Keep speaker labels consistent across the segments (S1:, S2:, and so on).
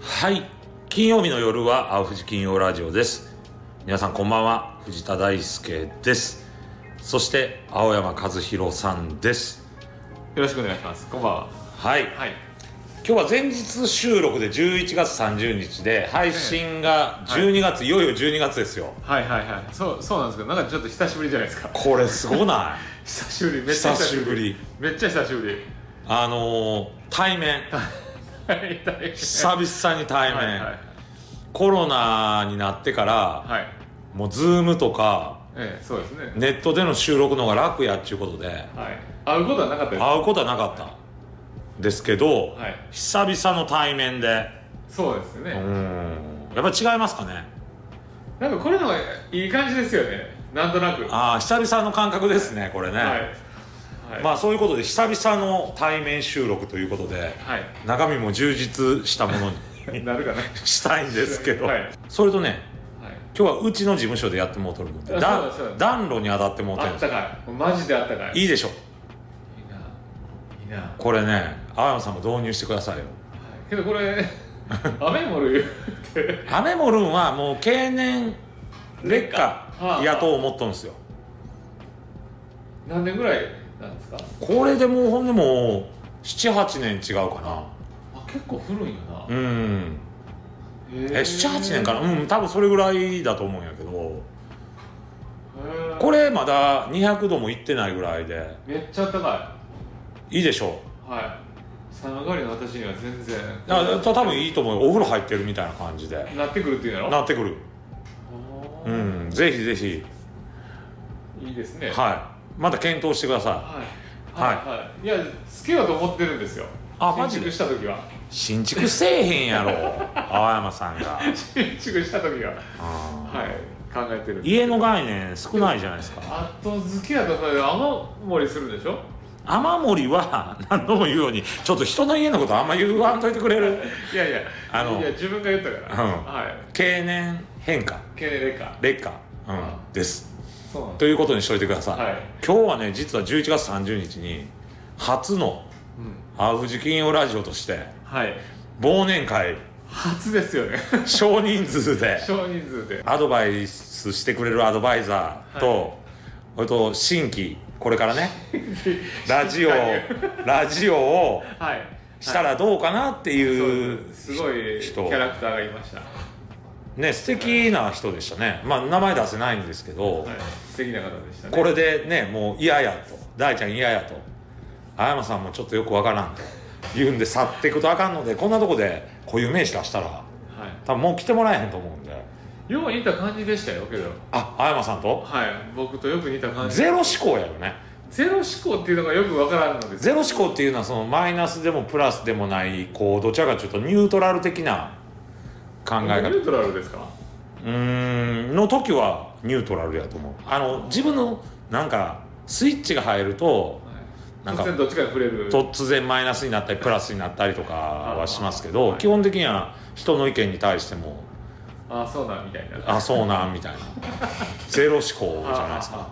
S1: はい金曜日の夜は青富士金曜ラジオです皆さんこんばんは藤田大輔ですそして青山和弘さんです
S2: よろしくお願いします。こんばんは。
S1: はい
S2: はい。
S1: 今日は前日収録で11月30日で配信が12月、い、よいよ12月ですよ
S2: はいはいはい。そう、そうなんですけど、なんかちょっと久しぶりじゃないですか。
S1: これすごない
S2: 久しぶり、めっちゃ
S1: 久しぶ。り
S2: めっちゃ久しぶり。
S1: あのー対面
S2: はい、大変
S1: 久々に対面、
S2: はいはい。
S1: コロナになってから、
S2: はい。
S1: もうズームとか
S2: ええ、そうですね。
S1: ネットでの収録の方が楽やっちゅうことで
S2: はい。会うことはなかったで
S1: 会うことはなかったですけど、
S2: はい
S1: 久々の対面で
S2: す。そうです
S1: う
S2: ね。
S1: んやっぱ違いますかね
S2: なんかこれのがいい感じですよね。なんとなく。は
S1: ああ久々の感覚ですねこれね、
S2: い。はい。
S1: まあそういうことで久々の対面収録ということで
S2: はい。
S1: 中身も充実したもの に
S2: なるかな。
S1: したいんですけど、
S2: はい
S1: それとね
S2: はい。
S1: 今日はうちの事務所でやってもうとるので
S2: あ
S1: だ
S2: そうだそうだ
S1: 暖炉に当たってもうてるん
S2: あっ
S1: です
S2: たかい。マジであったかい。い
S1: いいでしょ
S2: いな。いいな。はい。
S1: これね青山さんも導入してくださいよ
S2: けど これ、雨もるって。
S1: アメモルンはもう経年劣
S2: は
S1: 化
S2: あ
S1: やと思っとんですよ
S2: 何年ぐらいなんですか
S1: これでもうほんでもう78年違うか
S2: あ結構古いよな
S1: なう、ん
S2: へー
S1: え78年かなうん多分それぐらいだと思うんやけど
S2: へー
S1: これまだ200度もいってないぐらいで
S2: めっちゃあったか
S1: いいでしょ
S2: いはい寒がりの私には全然
S1: うだから多分いいと思うよお風呂入ってるみたいな感じで
S2: なってくるっていうんやろ
S1: なってくる
S2: お
S1: う
S2: ー
S1: んぜひぜひ
S2: いいですね
S1: はいまた検討してくださ
S2: はい
S1: は
S2: はいい、はいいやつけようと思ってるんですよ
S1: あマジで
S2: 新築した時はい
S1: 新築せえへんやろ 青山さんが
S2: 新築した時は
S1: うん
S2: はい考えてる
S1: 家の概念少ないじゃないですか
S2: 後付けやとそれで雨漏りするんでしょ
S1: 雨漏りは何度も言うようにちょっと人の家のことあんま言わんといてくれる
S2: いやいや
S1: あの
S2: いや自分が言ったから、
S1: うん
S2: はい
S1: 経年変化
S2: ケネレカ
S1: 劣化、うん、です
S2: そうなんで
S1: ということにしといてください、
S2: はい
S1: 今日はね実は11月30日に初の
S2: す、うん
S1: 「青富士金曜ラジオ」として
S2: はい
S1: 忘年会
S2: 初ですよね
S1: 少人数で
S2: 少人数で
S1: アドバイスしてくれるアドバイザーと、それと新規これから ねラジオラジオを
S2: はい
S1: したらどうかなって
S2: はい
S1: い
S2: そう
S1: う
S2: すごいキ
S1: 人
S2: ャラクターがいました、は
S1: ね素敵な人でしたねまあ名前出せないんですけど、
S2: い、素敵な方でしたね
S1: これでねもう嫌やと大ちゃん嫌やと青山さんもちょっとよくわからんと言うんで去っていくとあかんのでこんなとこでこういう名詞出したら
S2: は
S1: 多分もう来てもらえへんと思うんで
S2: いよう似た感じでしたよけど
S1: あ青山さんと
S2: はい僕とよく似た感じ
S1: ゼロ思考やよね
S2: ゼロ思考っていうのがよくわからんのです
S1: ゼロ思考っていうのはそのマイナスでもプラスでもないこうどちらかちょっとニュートラル的な考え方
S2: ニュートラルですか
S1: うーんの時はニュートラルやと思うあの自分のなんかスイッチが入ると
S2: はい
S1: なんか
S2: 突然どっちかに触れる
S1: 突然マイナスになったりプラスになったりとかはしますけど
S2: はい
S1: 基本的には人の意見に対しても
S2: ああそうなんみたいな
S1: あそうなんみたい なゼロ思考じゃないですか
S2: ああ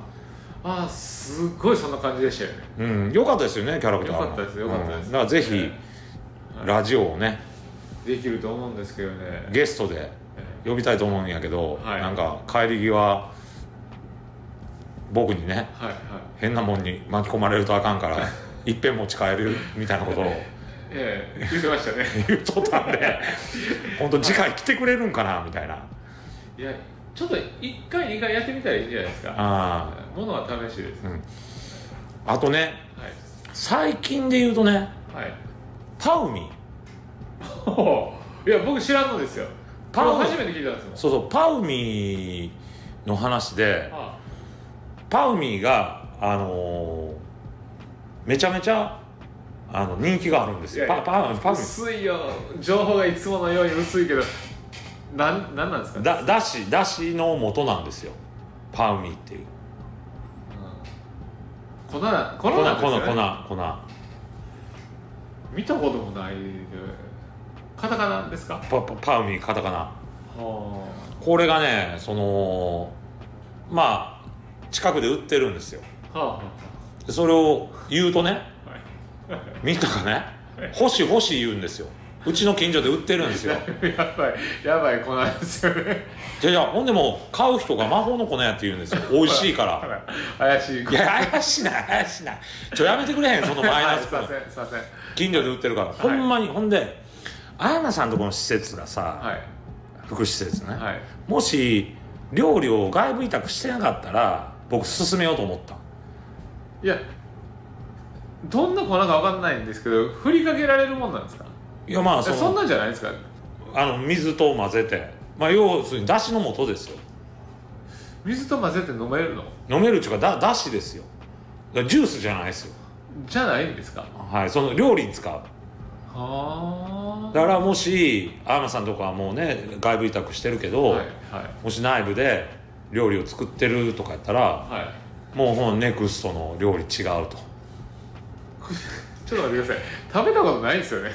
S2: ああすっごいそんな感じでしたよね
S1: うん良かったですよねキャラクターも
S2: 良かったです良かったです
S1: うんだからぜひラジオをね
S2: できると思うんですけどね
S1: ゲストで呼びたいと思うんやけど
S2: はい
S1: なんか帰り際僕にね
S2: はいはい
S1: 変なもんに巻き込まれるとあかん からいっぺん持ち帰るみたいなことを
S2: ええ言ってましたね
S1: 言っとったん で本当次回来てくれるんかなみたいない
S2: やちょっと一回二回やってみたらいいんじゃないですか
S1: あ
S2: ものは試しです
S1: うんあとね
S2: は
S1: 最近で言うとね
S2: いはい
S1: パウミ
S2: ほうい や僕知らんのですよ
S1: パウ
S2: 僕初めて聞いたんです
S1: そうそうパウミの話で
S2: もんあ
S1: パウミがあのーめちゃめちゃあの人気があるんですよ
S2: いやいや
S1: パパパウミ
S2: 薄いよ情報がいつものように薄いけどなんなんなんですかね
S1: だだしだしの元なんですよパウミっていう
S2: 粉な粉
S1: 粉粉
S2: なんです
S1: 粉
S2: よ、ね、
S1: 粉
S2: 見たこともないでカタカナですか
S1: パパパウミカタカナ
S2: は
S1: これがねそのまあ近くで売ってるんですよ
S2: あは
S1: でそれを言うとね
S2: あはい
S1: 見たかね「欲しい欲しい」言うんですようちの近所で売ってるんですよ
S2: やばいやばい粉ですよね
S1: いやいやほんでもう買う人が魔法の粉やって言うんですよ美味し いから
S2: 怪しい
S1: いや怪しない怪しないちょやめてくれへんそのマイナス
S2: は
S1: 分
S2: いすいませんすいません
S1: 近所で売ってるから、ほんまにほんでアーナさんとこの施設がさ、
S2: はい
S1: 福祉施設ね、
S2: はい
S1: もし料理を外部委託してなかったら僕勧めようと思った
S2: いやどんな粉かわかんないんですけど振りかけられるもんなんですか
S1: いやまあそ
S2: そ
S1: の
S2: んなんじゃないですか
S1: あの水と混ぜてまあ要するにだしの素ですよ
S2: 水と混ぜて飲めるの
S1: 飲めるっていうかだだしですよだからジュースじゃないですよ
S2: じゃないんですか
S1: はいその料理に使う
S2: はあ
S1: だからもしアーナさんとかはもうね外部委託してるけど、
S2: はいはい
S1: もし内部で料理を作ってるとかやったら
S2: はい
S1: もうほんネクストの料理違うと
S2: ちょっと待ってください食べたことないんですよね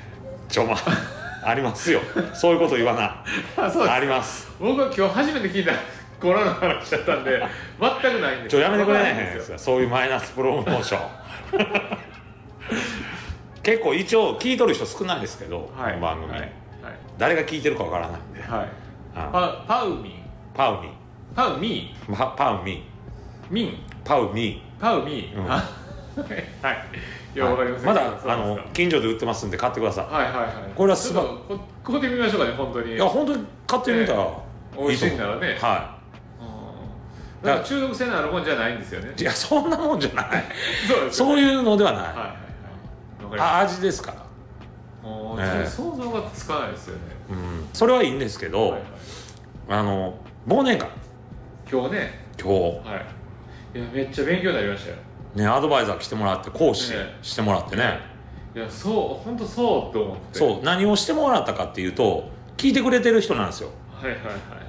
S1: ちょまあ ありますよそういうこと言わな
S2: あそうです
S1: あります
S2: 僕は今日初めて聞いた コロナの話だったんで全くないんです
S1: ちょやめてくれ
S2: わ
S1: な
S2: か
S1: い
S2: んないん
S1: ん
S2: で
S1: ですす
S2: よ
S1: よそういうマイナスプロモーション 結構一応聞いとる人少ないですけど、
S2: はい
S1: この番組、
S2: はい
S1: 誰が聞いてるかわからないんで、
S2: はい、はい、
S1: あ
S2: パパウミン
S1: パウミ
S2: パウミ
S1: パパウミ
S2: ンミン
S1: パウミ
S2: パウミン、
S1: うん
S2: あはいいやわかりません
S1: ま
S2: そう
S1: だ
S2: ですか
S1: あの近所で売ってますんで買ってください、
S2: はいはいはい
S1: これは
S2: ち
S1: す
S2: ょっ
S1: ば
S2: とこここで見ましょうかね本当に
S1: い、や本当に買ってみたらいいと思う、
S2: 美味しいんならね
S1: は
S2: うんなんか中毒性のあるもんじゃないんですよね
S1: いいやそんなもんじゃない
S2: そうですよ
S1: そう
S2: ね
S1: いうのではない、
S2: はいはいはいわかります
S1: あ味ですから
S2: もう
S1: ええ
S2: ちょっと想像がつかないですよね
S1: うんそれはいいんですけど、
S2: はいはい
S1: あの忘年会
S2: 今日ね
S1: 今
S2: はいいやめっちゃ勉強になりましたよ
S1: 日ねアドバイザー来てもらって講師
S2: ね
S1: してもらってね
S2: いやそう本当そうと思って
S1: そう何をしてもらったかっていうと聞いてくれてる人なんですよ
S2: はいはい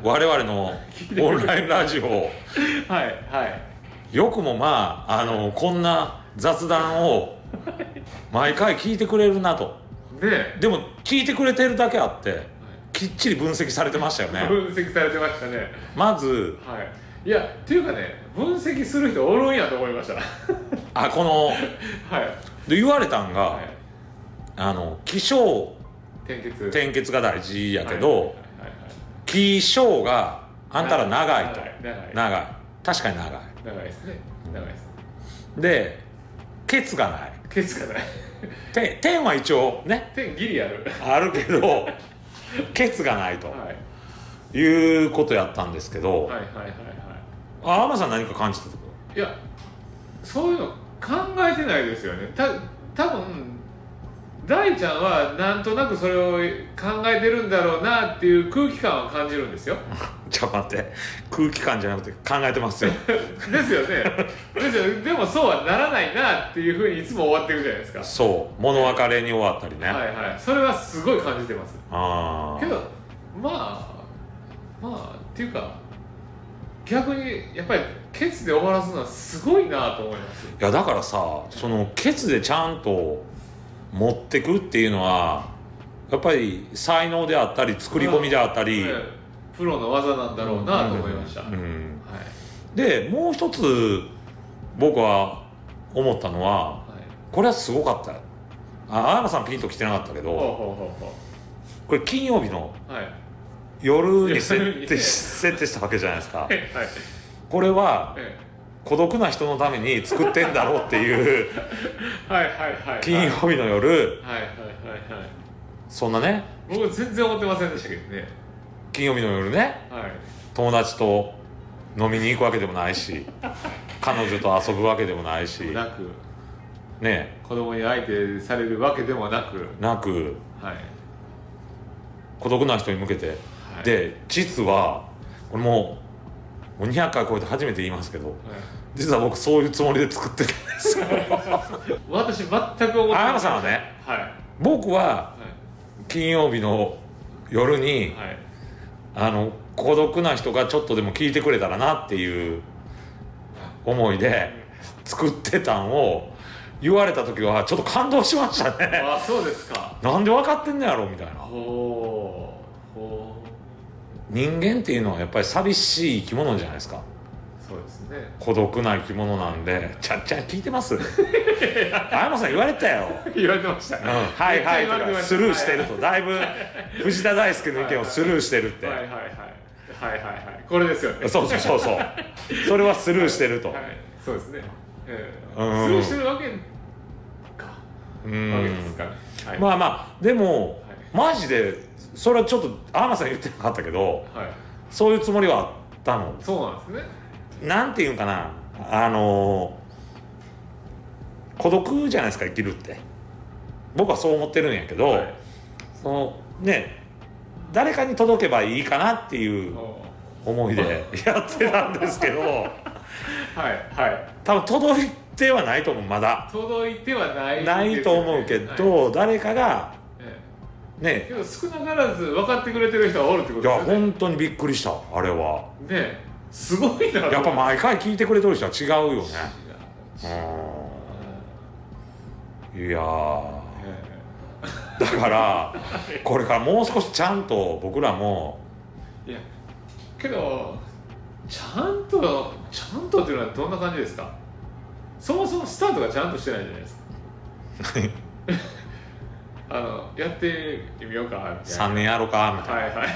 S1: 我々の
S2: いてくれてる
S1: オンラインラジオを
S2: はいはいはい
S1: よくもまああのこんな雑談を毎回聞いてくれるなと
S2: で、
S1: でも聞いてくれてるだけあってきっちり分析されてましたよね
S2: 分析されてましたね
S1: まず
S2: はいいやっていうかね分析する人おるんやと思いました は
S1: あこの
S2: い、
S1: で言われたんが、
S2: はい、
S1: あの気象
S2: 転結
S1: 転結が大事やけど、
S2: はいはいはいはい
S1: 気象があんたら長いと
S2: 長い長い
S1: 長い確かに長い
S2: 長いですね長いです
S1: でケツがない
S2: ケツがない
S1: て天は一応ね
S2: 天ギリある
S1: あるけどケツがないと
S2: はい
S1: いうことやったんですけど、
S2: はいはいはいは
S1: あ天さん何か感じてたとこ
S2: いいやそういうの考えてないですよねた多分大ちゃんはなんとなくそれを考えてるんだろうなっていう空気感は感じるんで すよ
S1: ちょっと待って空気感じゃなくて考えてますよ
S2: ですよねですよねでもそうはならないなっていうふうにいつも終わっていくじゃないですか
S1: そう物別れに終わったりね、
S2: はいはいそれはすごい感じてます
S1: あ
S2: けどまあまあっていうか逆にやっぱりケツで終わらすのはすごいなと思います
S1: あいやだからさそのケツでちゃんと持ってくっていうのはやっぱり才能であったり作り込みであったり、
S2: ねプロの技なんだろうなと思いました、
S1: うんうん
S2: はい
S1: でもう一つ僕は思ったのは
S2: はい
S1: これはすごかったあアーナさんピンと来てなかったけ
S2: ほう
S1: ど
S2: ほうほ
S1: これ金曜日の
S2: うほうはい
S1: 夜に設
S2: 夜に
S1: 定し設定したわけじゃないですか
S2: はいはい
S1: これは
S2: え
S1: 孤独な人のために作ってんだろうっていう
S2: えはいはいはいはい
S1: 金曜日の夜
S2: はいはいはいはい
S1: そんなね
S2: 僕全然思ってませんでしたけどね
S1: 金曜日の夜ね
S2: はい
S1: 友達と飲みに行くわけでもないし彼女と遊ぶわけでもないし
S2: なく
S1: ね
S2: 子供に相手されるわけでもなく
S1: なく
S2: はい、
S1: 孤独な人に向けて
S2: はい、
S1: で実はこれもうもう200回超えて初めて言いますけど
S2: はい、
S1: 実は僕そういうつもりで作ってた んですよ
S2: 私全く思ってない
S1: 青山さんはね
S2: はい
S1: 僕は金曜日の夜に
S2: はいはい
S1: あの孤独な人がちょっとでも聞いてくれたらなっていう思いで作ってたんを言われた時はちょっと感動しましたね
S2: あそうですか
S1: なんで分かってんのやろみたいな
S2: ほうほ
S1: 人間っていうのはやっぱり寂しい生き物じゃないですか
S2: うそうですね
S1: 孤独な生き物なんでちゃっちゃん聞いてます青山さん言われたよ、
S2: 言われてました、
S1: うん、はいはいと
S2: めっちゃ言われま
S1: か
S2: した
S1: スルーしてるとだいぶ藤田大輔の意見をスルーしてるって、
S2: はいはいはいはいはいはいはいこれですよね
S1: そうそうそうそうそれはスルーしてると、
S2: はい、そうですね、ええ
S1: うん
S2: スルーしてるわけか、
S1: う
S2: わけです
S1: ん
S2: かね、はい
S1: まあまあでも、
S2: はい
S1: マジでそれはちょっと青山さん言ってなかったけど
S2: はい、
S1: そういうつもりはあったの
S2: そうなんですね
S1: なんていうんかなあのー孤独じゃないですか生きるって僕はそう思ってるんやけど、
S2: はい
S1: そのね誰かに届けばいいかなっていう
S2: お
S1: 思いでやってたんですけど
S2: はいはい
S1: 多分届いてはないと思うまだ
S2: 届いてはないですよ
S1: な
S2: ね、
S1: いと思うけ
S2: はい
S1: ど誰かが
S2: ええ
S1: ね
S2: けど少なからず分かってくれてる人はおるってこ
S1: い
S2: と
S1: や
S2: ですよね
S1: 本当にびっくりしたあれは
S2: ねえすごいな
S1: やっぱ毎回聞いてくれてる人は違うよねうんいやーだからこれからもう少しちゃんと僕らも
S2: いやけどちゃんとちゃんとっていうのはどんな感じですかそもそもスタートがちゃんとしてないじゃないですか あのやってみようかみたいな
S1: 3年やろうかみたいな、
S2: はいはいはい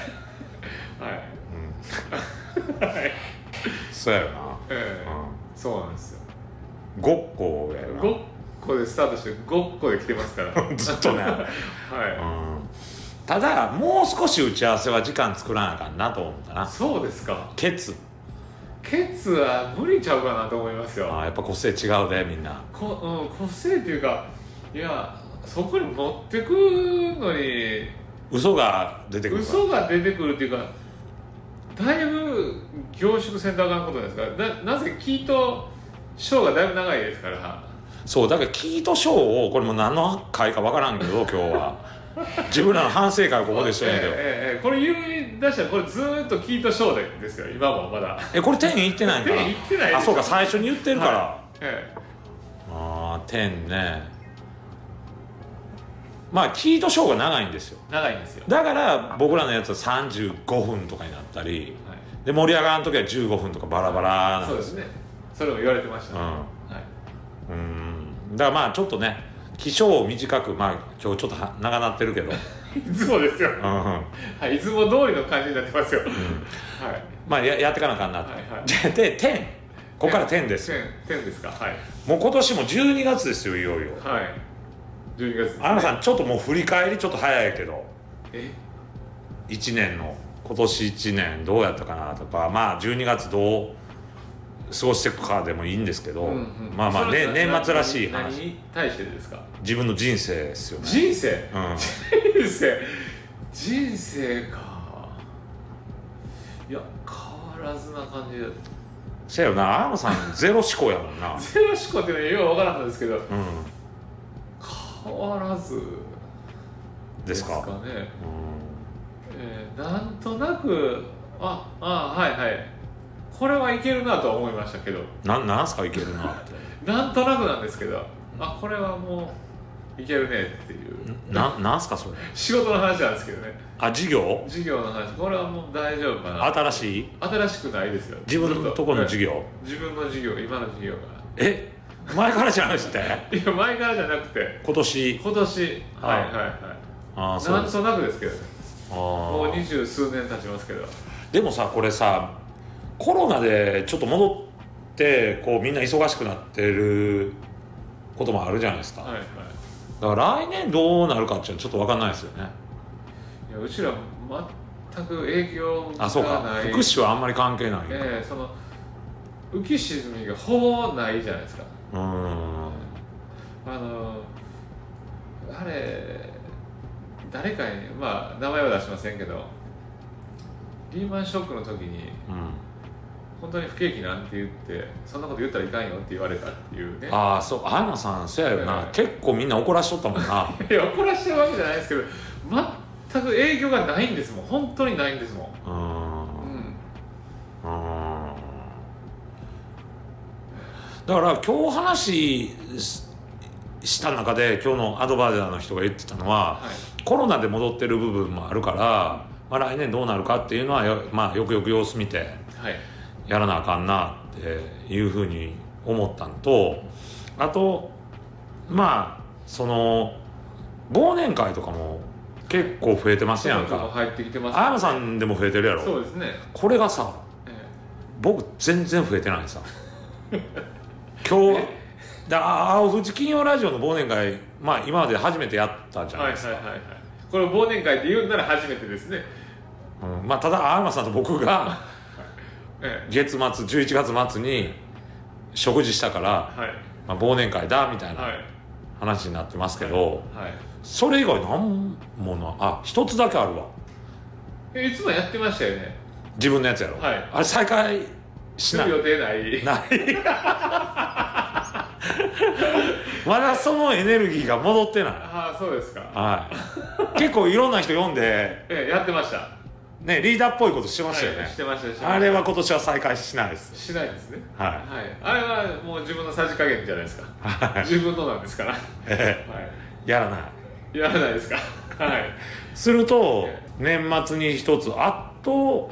S1: そうやよな、
S2: ええ
S1: う
S2: そうなんですよ
S1: ん、ごっこやよ
S2: ごっこでスタートしてごっこで来てま すからはい、
S1: なずっとね、うん、ただもう少し打ち合わせは時間作らなあかんなと思ったな
S2: そうですか
S1: ケツ
S2: ケツは無理ちゃうかなと思いますよ
S1: あーやっぱ個性違うでみんな
S2: こ、うん、個性というかいやそこに持ってくのに
S1: 嘘が出てくるから
S2: 嘘が出てくるっていうかだいぶ凝縮せんとあかんことですからななぜキーとショーがだいぶ長いですから
S1: そうだからキートショーをこれもう何の回かわからんけど今日は自分らの反省会をここでしてん
S2: え
S1: ねん
S2: え
S1: けど
S2: ええええこれ言い出したらこれずーっとキーとショーですよ今もまだ
S1: えこれ天いってないんかな
S2: 天いってないです
S1: あそうか最初に言ってるから、
S2: ええ
S1: ああ天ねまあキートショーが長いんですよ
S2: 長いんですよ、
S1: だから僕らのやつは35分とかになったり
S2: はい
S1: で盛り上がる時は15分とかバラバラなん
S2: そう
S1: で
S2: ですすねそれも言われてました、
S1: う
S2: は
S1: ん
S2: い、
S1: うんだからまあちょっとね気象を短くまあ今日ちょっとは長なってるけ ど、
S2: いつもですよ、
S1: うんうん
S2: はい、いつも通りの感じになってますよ、はい
S1: まあややってかなあかんなって、
S2: はいはい
S1: でで天ここから天ですよ
S2: 点点ですかはい
S1: もう今年も12月ですよいよいよ
S2: はい12月ですね
S1: アナさんちょっともう振り返りちょっと早いけど
S2: え
S1: 1年の今年1年どうやったかなとかまあ12月どう過ごしていくかでもいいんですけど、
S2: うんうん
S1: まあまあ、ね、
S2: それは
S1: 年末らしい
S2: 何
S1: 話
S2: 何に対してですか
S1: 自分の人生ですよね、
S2: 人生
S1: うん、
S2: 人生人生かいや変わらずな感じだ
S1: せやよな青野さんゼロ思考やもんな
S2: ゼロ思考っていうのはよくわからんのですけど
S1: う
S2: 変わらず
S1: んですか
S2: ね、
S1: う
S2: えーなんとなくああはいはいこれはいけるなとは思いましたけど
S1: んなんなんすかいけるなって
S2: なんとなくなんですけどあこれはもういけるねっていう
S1: ななんすかそれ
S2: 仕事の話なんですけどね
S1: あ事業
S2: 授業の話これはもう大丈夫かな
S1: 新しい
S2: 新しくないですよ
S1: 自分のところの
S2: 授
S1: 事業
S2: 自分の授業今の授業か
S1: え前からじゃないって
S2: らいや前からじゃなくて
S1: 今年
S2: 今年
S1: あ
S2: はいはい
S1: ああ
S2: はい
S1: そう
S2: な
S1: で
S2: ん
S1: す
S2: となくですけどね
S1: あ
S2: もう
S1: ー
S2: 二十数年経ちますけど
S1: でもさこれさコロナでちょっと戻ってこうみんな忙しくなってることもあるじゃないですか、
S2: はいはい
S1: だから来年どうなるかっていうのはちょっと分かんないですよね
S2: いやうちら全く影響が
S1: あそうか
S2: ない
S1: 福祉はあんまり関係ない、
S2: ええその浮き沈みがほぼないじゃないですか
S1: うーん
S2: あのあれ誰かにまあ名前は出しませんけどリーマンショックの時に
S1: うん
S2: 本当に不景気なんて言ってそんなこと言ったらいかんよって言われたっていうね
S1: ああそう青山さんせやよな、
S2: ええ
S1: 結構みんな怒らしとったもん な
S2: いや怒らしてるわけじゃないですけど全く影響がないんですもん本当にないんですもん、
S1: うーん
S2: う
S1: う
S2: ん、
S1: ーんだから今日話しした中で今日のアドバイザーの人が言ってたのは、
S2: はい
S1: コロナで戻ってる部分もあるから、まあ、来年どうなるかっていうのはよ,、まあ、よくよく様子見て
S2: はい
S1: やらなあかんなっていうふうに思ったのとあとまあその忘年会とかも結構増えてますやん
S2: も
S1: か
S2: 入ってきてます
S1: 青山さんでも増えてるやろ
S2: そうですね、
S1: これがさ
S2: え
S1: 僕全然増えて ないさ今日だ青藤金曜ラジオの忘年会まあ今まで初めてやったじ
S2: え
S1: ゃな
S2: はいい
S1: です
S2: は
S1: か、
S2: いはいはいこれ忘年会で言うなら初めてですね、
S1: うんまあ、ただ青山さんと僕が
S2: え
S1: 月末11月末に食事したから、
S2: えはい
S1: まあ、忘年会だみたい
S2: は
S1: ない話になってますけど、
S2: はい
S1: それ以外なんもなあ一つだけあるわ
S2: えいつもやってましたよね
S1: 自分のやつやろ、
S2: はい
S1: あれ再開し
S2: す
S1: ない
S2: る予定ない
S1: ない まだそのエネルギーが戻ってない
S2: ああそうですか
S1: はい、結構いろんな人読んで、
S2: ええやってましたは
S1: ね、リーダーっぽいことしてま
S2: い
S1: したよね、
S2: してましたしてました
S1: あれは今年は再開しないです
S2: しないですね
S1: はい、
S2: はいあれはもう自分のさじ加減じゃないですか
S1: はい
S2: 自分のなんですからは
S1: ええやらない
S2: いやらないですかはい
S1: すると年末に一つあと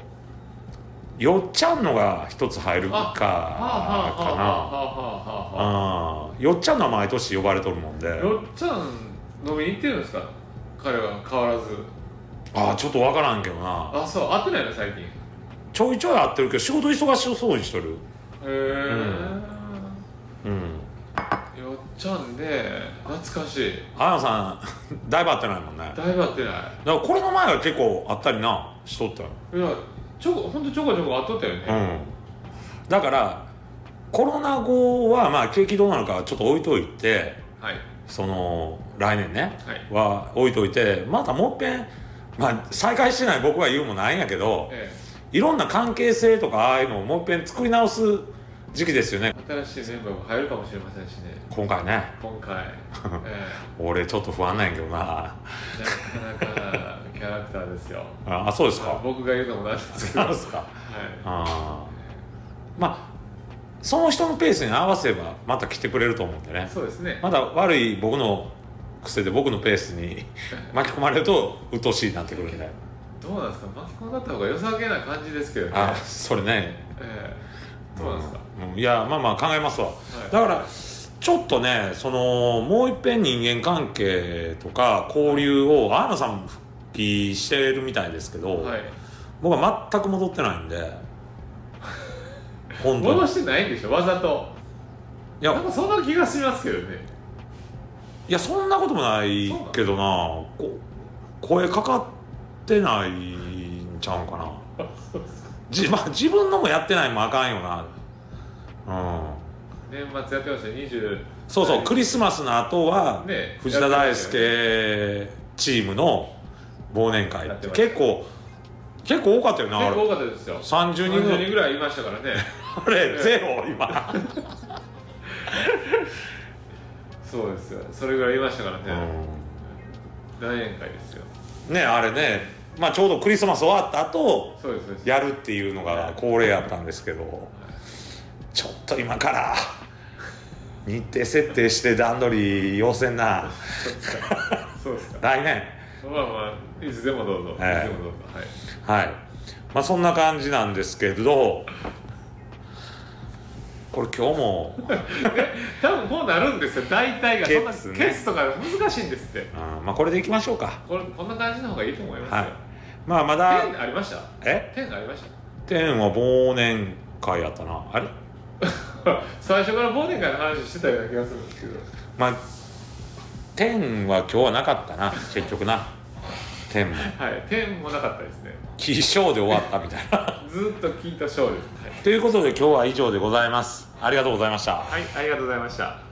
S1: よっちゃんのが一つ入るか
S2: はあはあはあは
S1: か
S2: あはあはあ
S1: なうんよっちゃんのは毎年呼ばれとるもんで
S2: よっちゃん飲みに行ってるんですか彼は変わらず
S1: ああちょっとわからんけどな
S2: あそう会ってないの最近へ
S1: ちょいちょい会ってるけど仕事忙しそうにしとる
S2: え、
S1: うん
S2: よっちゃんで懐かしい
S1: あやさん だいぶ会ってないもんね
S2: だいぶ会ってな
S1: だからこれの前は結構あったりなしとったよ
S2: いいやちょこほんとちょこちょこ会っとったよね、
S1: うんだからコロナ後はまあ景気どうなのかちょっと置いといて
S2: はい
S1: その来年ね
S2: はい
S1: は置いといてまたもっぺんまあ再開してない僕は言うもないんやけど
S2: え
S1: いろんな関係性とかああいうのをもっぺん作り直す時期ですよね
S2: え新しいメンバーも入るかもしれませんしね
S1: 今回ね
S2: 今 回、え
S1: 俺ちょっと不安なんやけどな
S2: えなかなかキャラクターですよ
S1: ああそうですか
S2: 僕が言うのもなんですけ
S1: そう
S2: どは
S1: で
S2: い
S1: すかあーまあその人のペースに合わせればまた来てくれると思うんでね
S2: そうですね
S1: まだ悪い僕の癖で僕のペースに 巻き込まれると鬱陶しいなってくるんで
S2: どうなんですか巻き込んだった方が良さげな感じですけどね
S1: あそれね
S2: ええどうなんですか、
S1: うんいやまあまあ考えますわ
S2: はい
S1: だからちょっとねそのもういっぺん人間関係とか交流をアーナさんも復帰してるみたいですけど、
S2: はい、
S1: 僕は全く戻ってないん で本当
S2: 戻
S1: に
S2: してないんでしょわざと
S1: い
S2: なん
S1: や
S2: かそんな気がしますけどね
S1: いやそんなこともないけどなこ声かかってないんちゃうんか なじ、まあ、自分のもやってないもあかんよなうん
S2: 年末やってましたよ20
S1: そうそう、
S2: はい
S1: クリスマスの後は、
S2: ね
S1: 藤田大輔チームの忘年会って結構結構多かったよなあ
S2: 結
S1: れ
S2: 構多かったですよ
S1: 30
S2: 10
S1: 人ぐら
S2: 人
S1: い
S2: ぐらいいましたからね
S1: あれゼロ今、
S2: そうですよそれぐらいいましたからね、
S1: う
S2: 大宴会ですよ
S1: んねあれね、まあ、ちょうどクリスマス終わった後
S2: そうですそうです
S1: やるっていうのが恒例やったんですけどちょっと今から日程設定して段取り要せんな
S2: そうですか
S1: 来年
S2: まあまあいつでもどうぞ、
S1: はい
S2: い、つでもどうぞはい
S1: はいまあそんな感じなんですけどこれ今日も、
S2: 多分こうなるんですよ大体がそんな
S1: ケツね
S2: ケツとか難しいんですって
S1: うんまあこれでいきましょうか
S2: これこんな感じの方がいいと思いますよ、
S1: はいまあまだ
S2: 点ありました
S1: え
S2: 点ありました
S1: 天は忘年会やったなあれ
S2: 最初から忘年会の話してたような気がするんですけど
S1: まあ天は今日はなかったな結局な天も
S2: はい点もなかったですね
S1: 起承で終わったみたいな
S2: ずっと聞いたショーです、
S1: ということで今日は以上でございますありがとうございました
S2: はい、はい、ありがとうございました